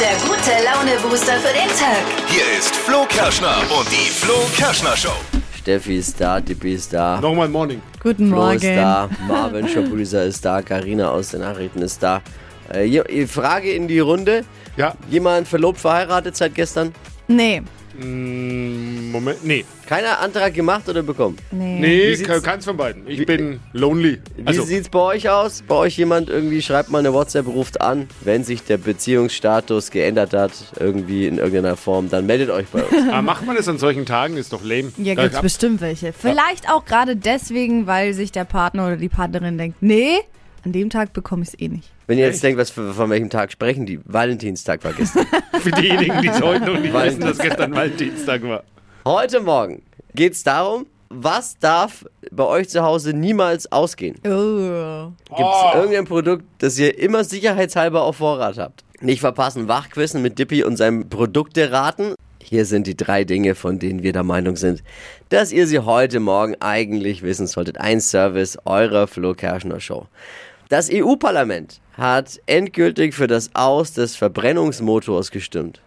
der gute Laune-Booster für den Tag. Hier ist Flo Kerschner und die Flo Kerschner Show. Steffi ist da, Dippi ist da, Nochmal Morning. Guten Flo Morgen. ist da, Marvin Schapulisa ist da, Karina aus den Nachrichten ist da. Äh, je- je- Frage in die Runde. Ja. Jemand verlobt, verheiratet seit gestern? Nee, Mm, Moment. Nee. Keiner Antrag gemacht oder bekommen? nee. Nee, sieht's- ke- keins von beiden. Ich bin lonely. Wie Also, sieht's bei euch aus? Bei euch jemand irgendwie schreibt mal eine WhatsApp, ruft an, wenn sich der Beziehungsstatus geändert hat, irgendwie in irgendeiner Form, dann meldet euch bei uns. ah, macht man das an solchen Tagen? Ist doch lame. Äh, Hier Da- gibt es ab- bestimmt welche. Vielleicht auch gerade deswegen, weil sich der Partner oder die Partnerin denkt, nee, an dem Tag bekomme ich es eh nicht. Wenn ihr jetzt denkt, was für, von welchem Tag sprechen die? Valentinstag war gestern. für diejenigen, die es heute noch nicht wissen, Valentinstag. dass gestern Valentinstag war. Heute Morgen geht's darum, was darf bei euch zu Hause niemals ausgehen? Oh. Gibt's irgendein Produkt, das ihr immer sicherheitshalber auf Vorrat habt? Nicht verpassen, Wachquissen mit Dippy und seinem Produkteraten. Hier sind die drei Dinge, von denen wir der Meinung sind, dass ihr sie heute Morgen eigentlich wissen solltet. Ein Service eurer Flo Kerschner Show. Das EU-Parlament hat endgültig für das Aus des Verbrennungsmotors gestimmt.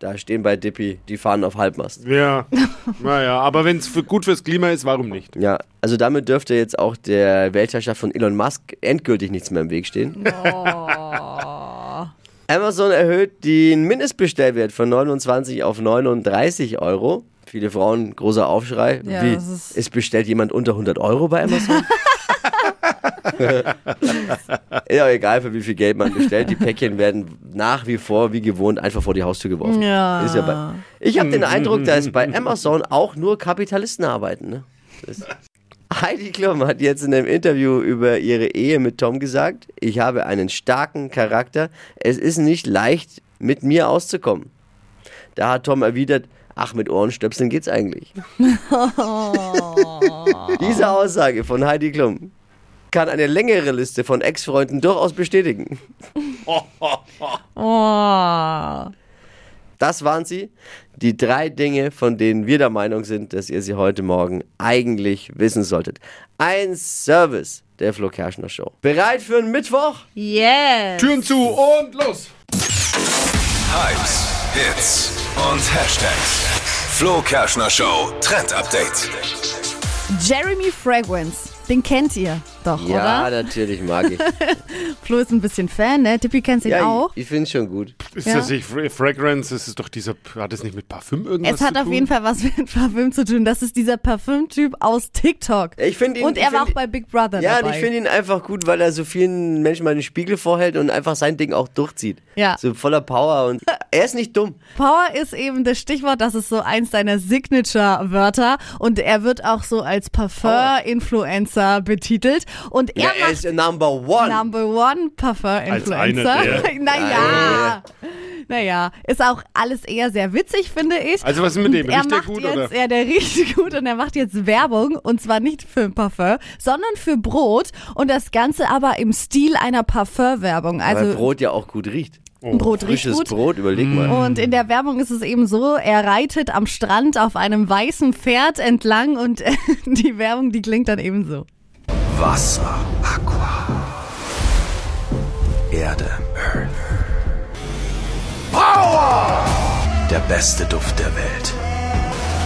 Da stehen bei Dippy die Fahnen auf Halbmast. Ja. Naja, aber wenn es für, gut fürs Klima ist, warum nicht? Ja, also damit dürfte jetzt auch der Weltherrschaft von Elon Musk endgültig nichts mehr im Weg stehen. Amazon erhöht den Mindestbestellwert von 29 auf 39 Euro. Viele Frauen, großer Aufschrei. Ja, Wie, das ist- es bestellt jemand unter 100 Euro bei Amazon? ja, egal für wie viel Geld man bestellt. Die Päckchen werden nach wie vor wie gewohnt einfach vor die Haustür geworfen. Ja. Ist ja bei, ich habe den Eindruck, dass bei Amazon auch nur Kapitalisten arbeiten. Ne? Heidi Klum hat jetzt in einem Interview über ihre Ehe mit Tom gesagt, ich habe einen starken Charakter, es ist nicht leicht, mit mir auszukommen. Da hat Tom erwidert, ach, mit Ohrenstöpseln geht's eigentlich. Diese Aussage von Heidi Klum kann eine längere Liste von Ex-Freunden durchaus bestätigen. Oh. Das waren sie, die drei Dinge, von denen wir der Meinung sind, dass ihr sie heute Morgen eigentlich wissen solltet. Ein Service der Flo Kerschner Show. Bereit für einen Mittwoch? Yeah. Türen zu und los! Hypes, Hits und Hashtags. Flo Kerschner Show Trend Update. Jeremy Fragrance. Den kennt ihr doch, Ja, oder? natürlich mag ich. Flo ist ein bisschen Fan, ne? Tippi kennt ihn ja, auch. Ich, ich finde es schon gut. Ist Ja. das nicht Fra- Fragrance? Ist es doch dieser. Hat das nicht mit Parfüm irgendwas Es hat zu auf tun? jeden Fall was mit Parfüm zu tun. Das ist dieser Parfümtyp aus TikTok. Ich finde ihn. Und er ich war find- auch bei Big Brother Ja, und dabei. ich finde ihn einfach gut, weil er so vielen Menschen mal den Spiegel vorhält und einfach sein Ding auch durchzieht. Ja. So voller Power und er ist nicht dumm. Power ist eben das Stichwort, das ist so eins seiner Signature-Wörter und er wird auch so als Parfum-Influencer betitelt und er Ja, er macht ist Number One. Number One Als Parfum-Influencer. einer naja, naja, ist auch alles eher sehr witzig, finde ich. Also, was ist mit dem? Und Er Riecht der macht gut, jetzt, oder? ja, der riecht gut und er macht jetzt Werbung und zwar nicht für ein Parfum, sondern für Brot und das Ganze aber im Stil einer Parfum-Werbung. weil Also Brot ja auch gut riecht. Brot Oh, riecht Frisches gut. Brot, überleg mal. Und in der Werbung ist es eben so, er reitet am Strand auf einem weißen Pferd entlang und äh, die Werbung, die klingt dann eben so. Wasser, Aqua. Erde, Earth. Power! Der beste Duft der Welt.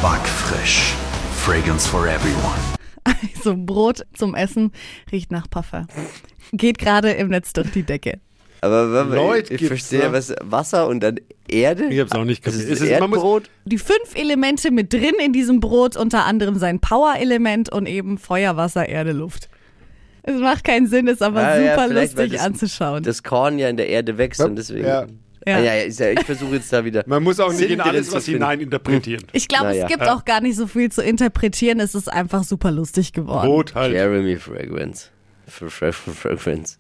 Backfrisch. Fragrance for everyone. Also Brot zum Essen riecht nach Puffer. Geht gerade im Netz durch die Decke. Aber wenn man- Leut ich gibt's, verstehe, ne? was Wasser und dann Erde. Ich hab's auch nicht das kapiert. ist, Ist es- man muss- Erdbrot. Die fünf Elemente mit drin in diesem Brot, unter anderem sein Power-Element und eben Feuer, Wasser, Erde, Luft. Es macht keinen Sinn, ist aber Ah, ja, super vielleicht, weil lustig anzuschauen. Das Korn ja in der Erde wächst und deswegen. Ja. Ah, Ja. ja, ja, ist ja, ich versuche jetzt da wieder. Man muss auch nicht Sinn in alles drin was zu finden. hinein interpretieren. ich glaube, Naja. es gibt auch gar nicht so viel zu interpretieren. Es ist einfach super lustig geworden. Rot halt. Jeremy Fragrance. Fra- Fra- Fra- Fragrance.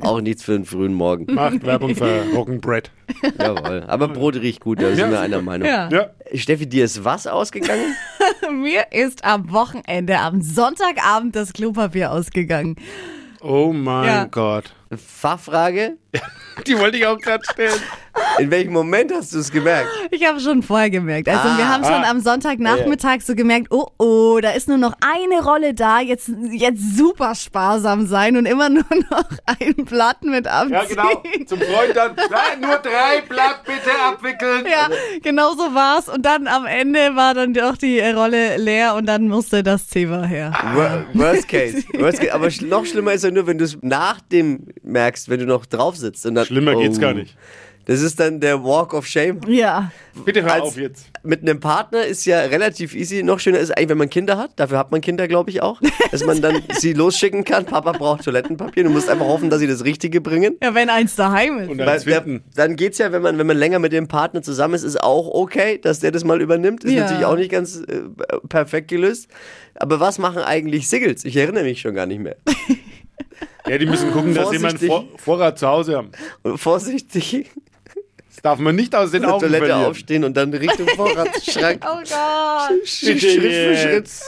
auch, auch nichts für den frühen Morgen. Macht Werbung für Roggenbread. Jawohl. Aber Brot riecht gut, da sind wir einer Meinung. Ja. Ja. Steffi, dir ist was ausgegangen? Mir ist am Wochenende, am Sonntagabend, das Klopapier ausgegangen. Oh mein Ja. Gott. Fachfrage? Die wollte ich auch gerade stellen. In welchem Moment hast du es gemerkt? Ich habe schon vorher gemerkt. Also wir haben schon ah. am Sonntagnachmittag so gemerkt, oh oh, da ist nur noch eine Rolle da, jetzt, jetzt super sparsam sein und immer nur noch ein Blatt mit abziehen. genau. Zum Freund dann. Nein, nur drei Blatt bitte abwickeln. Ja, genau so war's. Und dann am Ende war dann auch die äh, Rolle leer und dann musste das Zebra her. Wor- Worst case. Worst case. Aber sch- noch schlimmer ist ja nur, wenn du es nach dem merkst, wenn du noch drauf sitzt. Und dann, Oh. Schlimmer geht's gar nicht. Das ist dann der Walk of Shame. Ja. Bitte hör Als- auf jetzt. Mit einem Partner ist ja relativ easy. Noch schöner ist eigentlich, wenn man Kinder hat. Dafür hat man Kinder, glaube ich, auch. Dass man dann sie losschicken kann. Papa braucht Toilettenpapier. Du musst einfach hoffen, dass sie das Richtige bringen. Ja, wenn eins daheim ist. Und Weil dann der, zwicken. dann geht's ja, wenn man, wenn man länger mit dem Partner zusammen ist, ist auch okay, dass der das mal übernimmt. Ist Ja. natürlich auch nicht ganz äh, perfekt gelöst. Aber was machen eigentlich Singles? Ich erinnere mich schon gar nicht mehr. Ja, die müssen gucken, dass sie jemand Vorsichtig. Vor Vorrat zu Hause haben. Und vorsichtig Das darf man nicht aus den der Augen Toilette verlieren. aufstehen und dann Richtung Vorratsschrank Oh Gott. Schritt Bitte für Schritt. jetzt.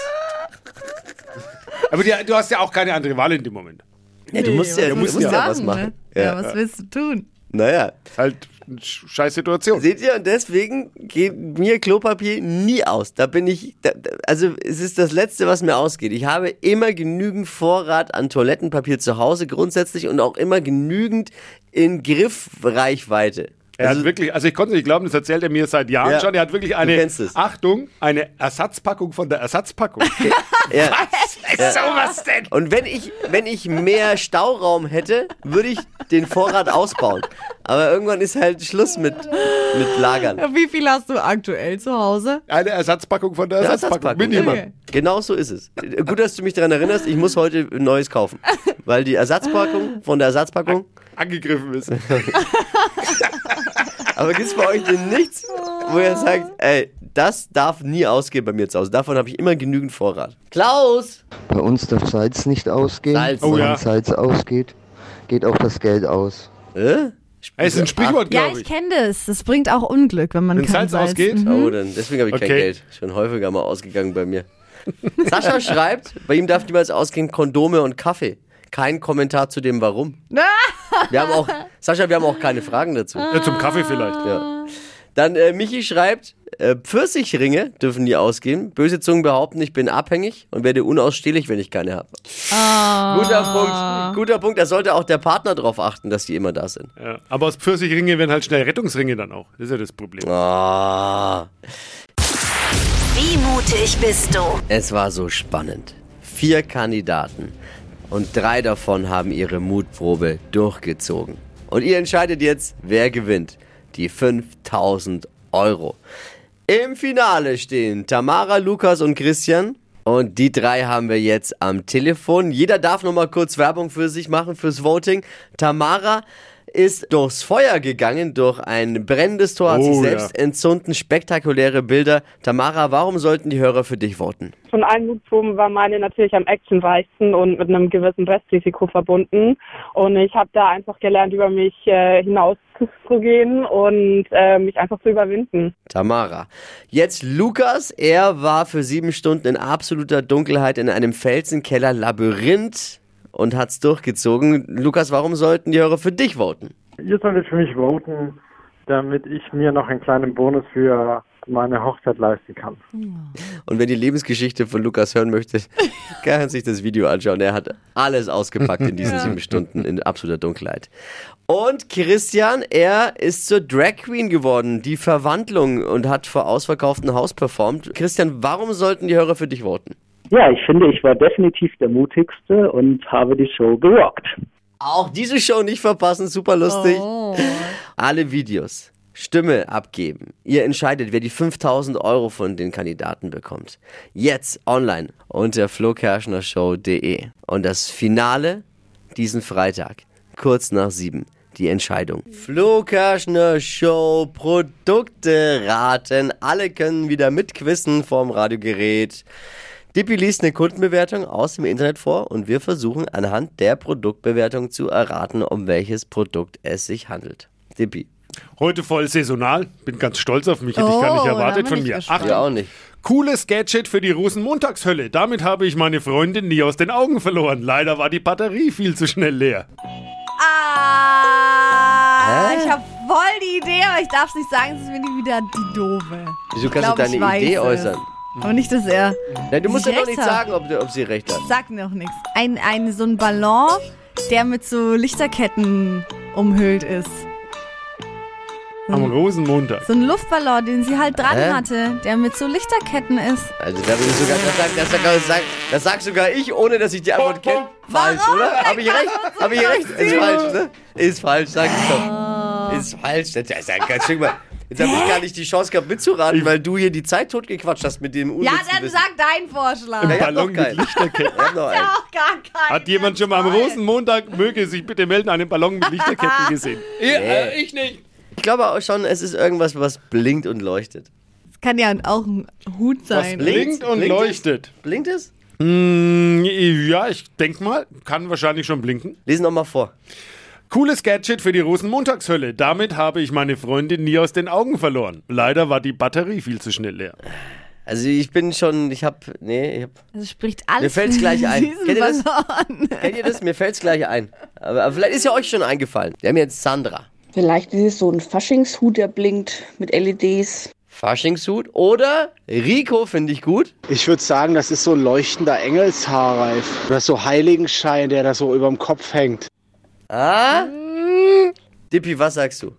Aber die, du hast ja auch keine andere Wahl in dem Moment. Ja, du musst ja, du musst ja was sagen, machen. Ja. Ne? Ja, was willst du tun? Naja, Ist halt eine sch- scheiß Situation. seht ihr, und deswegen geht mir Klopapier nie aus. Da bin ich, da, da- also es ist das Letzte, was mir ausgeht. Ich habe immer genügend Vorrat an Toilettenpapier zu Hause grundsätzlich und auch immer genügend in Griffreichweite. Er hat wirklich, also ich konnte es nicht glauben, das erzählt er mir seit Jahren Ja. schon. Er hat wirklich eine, kennst es. Achtung, eine Ersatzpackung von der Ersatzpackung. Ja. Was ist sowas denn? Und wenn ich, wenn ich mehr Stauraum hätte, würde ich den Vorrat ausbauen. Aber irgendwann ist halt Schluss mit, mit Lagern. Wie viel hast du aktuell zu Hause? Eine Ersatzpackung von der Ersatzpackung. Ersatzpackung. Minimum. Okay. Genau so ist es. Gut, dass du mich daran erinnerst, ich muss heute ein neues kaufen. Weil die Ersatzpackung von der Ersatzpackung. Angegriffen ist. Aber gibt's bei euch denn nichts, wo ihr sagt, ey, das darf nie ausgehen bei mir zu Hause. Davon habe ich immer genügend Vorrat. Klaus! Bei uns darf Salz nicht ausgehen. Salz. Oh Wenn ja. Salz ausgeht, geht auch das Geld aus. Äh? Es ist ein Sprichwort, Ja, glaube ich ich. kenne das. Das bringt auch Unglück, wenn man Wenn kein Salz ausgeht? Mhm. Oh, dann, deswegen habe ich kein Okay. Geld. Schon häufiger mal ausgegangen bei mir. Sascha schreibt, bei ihm darf niemals ausgehen Kondome und Kaffee. Kein Kommentar zu dem Warum. Wir haben auch, Sascha, wir haben auch keine Fragen dazu. Ja, zum Ah. Kaffee vielleicht. Ja. Dann äh, Michi schreibt, äh, Pfirsichringe dürfen nie ausgehen. Böse Zungen behaupten, ich bin abhängig und werde unausstehlich, wenn ich keine habe. Guter Punkt, guter Punkt. Da sollte auch der Partner drauf achten, dass die immer da sind. Ja. Aber aus Pfirsichringe werden halt schnell Rettungsringe dann auch. Das ist ja das Problem. Ah, Wie mutig bist du? es war so spannend. Vier Kandidaten und drei davon haben ihre Mutprobe durchgezogen. Und ihr entscheidet jetzt, wer gewinnt. Die 5000 Euro. Im Finale stehen Tamara, Lukas und Christian. Und die drei haben wir jetzt am Telefon. Jeder darf nochmal kurz Werbung für sich machen, fürs Voting. Tamara ist durchs Feuer gegangen, durch ein brennendes Tor, hat Oh, sich ja. selbst entzünden, spektakuläre Bilder. Tamara, warum sollten die Hörer für dich voten? Von allen Mutproben war meine natürlich am actionreichsten und mit einem gewissen Restrisiko verbunden. Und ich habe da einfach gelernt, über mich äh, hinauszugehen und äh, mich einfach zu überwinden. Tamara. Jetzt Lukas, er war für sieben Stunden in absoluter Dunkelheit in einem Felsenkeller Labyrinth und hat's durchgezogen. Lukas, warum sollten die Hörer für dich voten? Ihr solltet für mich voten, damit ich mir noch einen kleinen Bonus für meine Hochzeit leisten kann. Und wenn die Lebensgeschichte von Lukas hören möchte, kann er sich das Video anschauen. Er hat alles ausgepackt in diesen sieben Stunden in absoluter Dunkelheit. Und Christian, er ist zur Drag Queen geworden, die Verwandlung und hat vor ausverkauftem Haus performt. Christian, warum sollten die Hörer für dich voten? Ja, ich finde, ich war definitiv der mutigste und habe die Show gerockt. Auch diese Show nicht verpassen, super lustig. Alle Videos, Stimme abgeben. Ihr entscheidet, wer die 5000 Euro von den Kandidaten bekommt. Jetzt online unter flokerschnershow.de. Und das Finale diesen Freitag, kurz nach sieben. Die Entscheidung. Flo Kerschner Show Produkte raten. Alle können wieder mitquissen vorm Radiogerät. Dippi liest eine Kundenbewertung aus dem Internet vor und wir versuchen anhand der Produktbewertung zu erraten, um welches Produkt es sich handelt. Dippi. Heute voll saisonal. Bin ganz stolz auf mich. Hätte ich Oh, gar nicht da haben erwartet wir von nicht mir. gespannt. Ja, auch nicht. Cooles Gadget für die Rosenmontagshölle. Damit habe ich meine Freundin nie aus den Augen verloren. Leider war die Batterie viel zu schnell leer. Ah, Ah, ich habe voll die Idee, aber ich darf es nicht sagen, sonst bin ich wieder die Doofe. Wieso kannst glaub, du ich deine weiß Idee es. äußern? Aber nicht, dass er Nein, du musst ja Dass ich doch nicht recht hab. sagen, ob, du- ob sie recht hat. sagt mir auch nichts. Ein, ein, so ein Ballon, der mit so Lichterketten umhüllt ist. Am Rosenmontag. So ein Luftballon, den sie halt dran Hä? hatte, der mit so Lichterketten ist. Also da würde ich sogar das sagen, das, sogar, das, sag, das sag sogar ich, ohne dass ich die Antwort kenne. Falsch, oder? Habe ich recht? Habe ich recht? Ist falsch, ne? Ist falsch, sag ich doch. Ist falsch. Das ist ja ganz schön mal. Jetzt habe ich gar nicht die Chance gehabt mitzuraten, weil du hier die Zeit totgequatscht hast mit dem Ja, unnützen dann Wissen. sag Ja, deinen Vorschlag. ja, doch Ballon geil. mit Lichterkette. Ich hab noch einen. Auch gar keinen. Hat jemand schon mal am Toll. Rosenmontag, möge sich bitte melden, einen Ballon mit Lichterketten gesehen? ich nicht. Ich glaube auch schon, es ist irgendwas, was blinkt und leuchtet. Kann ja auch ein Hut sein. blinkt? Blinkt und Blinkt es? leuchtet. Blinkt es? Hm, ja, ich denk mal, kann wahrscheinlich schon blinken. Lesen noch mal vor. Cooles Gadget für die Rosenmontagshölle. Damit habe ich meine Freundin nie aus den Augen verloren. Leider war die Batterie viel zu schnell leer. Also ich bin schon, ich habe, nee, ich hab, Also spricht alles Mir fällt's für gleich ein. diesen Kennt ihr das? Ballon. kennt ihr das? Mir fällt's gleich ein. Aber, aber vielleicht ist ja euch schon eingefallen. Wir haben jetzt Sandra. Vielleicht ist es so ein Faschingshut, der blinkt mit E LEDs. Faschingshut oder Rico finde ich gut. Ich würde sagen, das ist so ein leuchtender Engelshaarreif. Oder so Heiligenschein, der da so überm Kopf hängt. Ah? Dippi, was sagst du?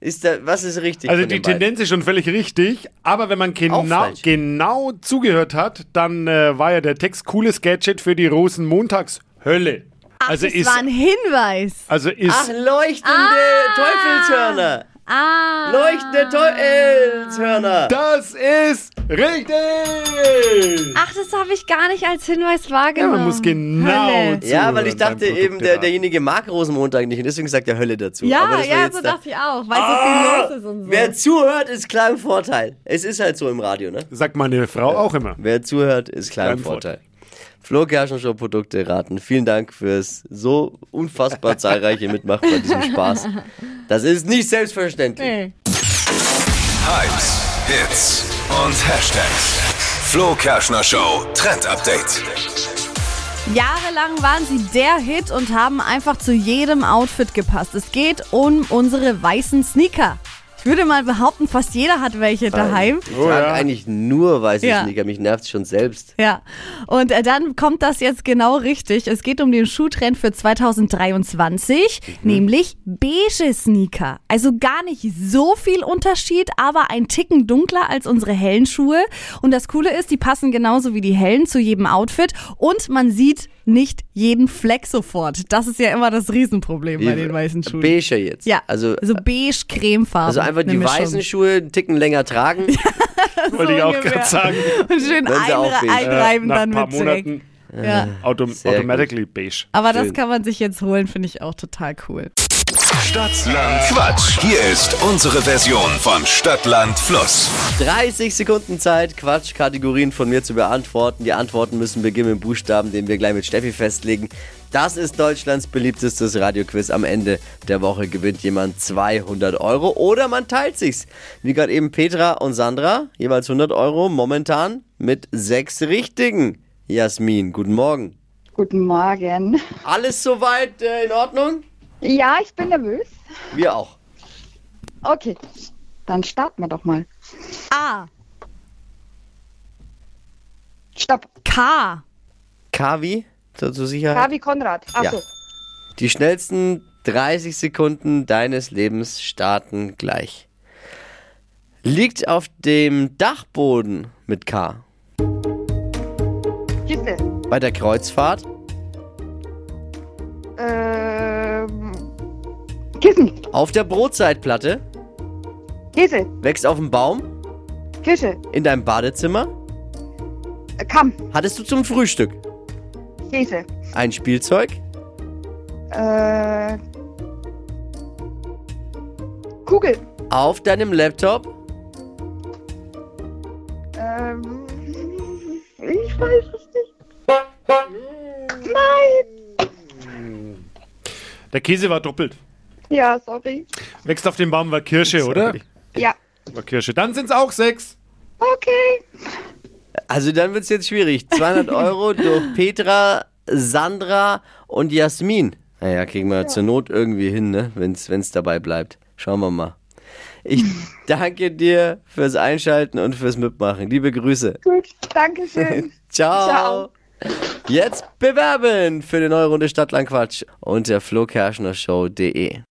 Ist da, was ist richtig? Also von die den beiden? Tendenz ist schon völlig richtig, aber wenn man Auch genau, falsch. genau zugehört hat, dann äh, war ja der Text cooles Gadget für die Rosenmontagshölle. Ach, also das war ein Hinweis. also Ach, ist leuchtende Teufelshörner. Ah. Leuchtende Teufelshörner. das ist richtig. Ach, das habe ich gar nicht als Hinweis Ja, wahrgenommen. man muss genau Hölle. Ja, weil ich zuhören beim dachte eben, der, Produktberater. derjenige mag Rosenmontag nicht und deswegen sagt er Hölle dazu. Aber Ja, das war ja, jetzt so da- dachte ich auch, weil so viel los ist und so. Wer zuhört, ist klar im Vorteil. Es ist halt so im Radio, ne? Sagt meine Frau auch immer. Wer zuhört, ist klar im Klein Vorteil. Flo Kerschen Show Produkte raten. Vielen Dank fürs so unfassbar zahlreiche Mitmachen bei diesem Spaß. Das ist nicht selbstverständlich. Hypes, Hits und Hashtags. Flo Kerschner Show Trend Update. Jahrelang waren sie der Hit und haben einfach zu jedem Outfit gepasst. Es geht um unsere weißen Sneaker. Ich würde mal behaupten, fast jeder hat welche daheim. Ich trage eigentlich nur weiße Oh, Ja. Sneaker. Mich nervt schon selbst. Ja, und äh, dann kommt das jetzt genau richtig. Es geht um den Schuhtrend für 2023, Mhm. nämlich beige Sneaker. Also gar nicht so viel Unterschied, aber ein Ticken dunkler als unsere hellen Schuhe. Und das Coole ist, die passen genauso wie die hellen zu jedem Outfit und man sieht nicht jeden Fleck sofort. Das ist ja immer das Riesenproblem bei den weißen Schuhen. Beige jetzt. ja, Also, so beige cremefarben. also einfach die weißen Schuhe einen Ticken länger tragen. Wollte ich auch ungefähr. gerade sagen. Äh, Schuhe. Schön Dann sie auch einre- beige. einreiben Nach dann ein paar mit Dreck. Monaten Ja. autom Sehr gut. automatically beige. Aber Schön. das kann man sich jetzt holen, finde ich auch total cool. Stadtland Quatsch. Hier ist unsere Version von Stadtland Fluss. 30 Sekunden Zeit, Quatschkategorien von mir zu beantworten. Die Antworten müssen beginnen mit Buchstaben, den wir gleich mit Steffi festlegen. Das ist Deutschlands beliebtestes Radioquiz. Am Ende der Woche gewinnt jemand 200 Euro oder man teilt sich's. Wie gerade eben Petra und Sandra, jeweils 100 Euro, momentan mit sechs Richtigen. Jasmin, guten Morgen. Guten Morgen. Alles soweit äh, in Ordnung? Ja, ich bin nervös. Wir auch. Okay, dann starten wir doch mal. A. Stopp. K. Kavi, zur Sicherheit. Kavi Konrad. Achso. Ja. Die schnellsten 30 Sekunden deines Lebens starten gleich. Liegt auf dem Dachboden mit K. Kiste. Bei der Kreuzfahrt. Ähm, Kissen. Auf der Brotzeitplatte. Käse. Wächst auf dem Baum. Küche. In deinem Badezimmer. Äh, Kamm. Hattest du zum Frühstück. Käse. Ein Spielzeug. Äh, Kugel. Auf deinem Laptop. Ähm, ich weiß es nicht. Nein. Der Käse war doppelt. Ja, sorry. Wächst auf dem Baum war Kirsche, oder? Ja. War Kirsche. Dann sind es auch sechs. Okay. Also dann wird es jetzt schwierig. 200 Euro durch Petra, Sandra und Jasmin. Naja, kriegen wir zur Not irgendwie hin, ne? wenn es dabei bleibt. Schauen wir mal. Ich danke dir fürs Einschalten und fürs Mitmachen. Liebe Grüße. Gut, danke schön. Ciao. Jetzt bewerben für die neue Runde Stadtlandquatsch unter flokerschnershow.de.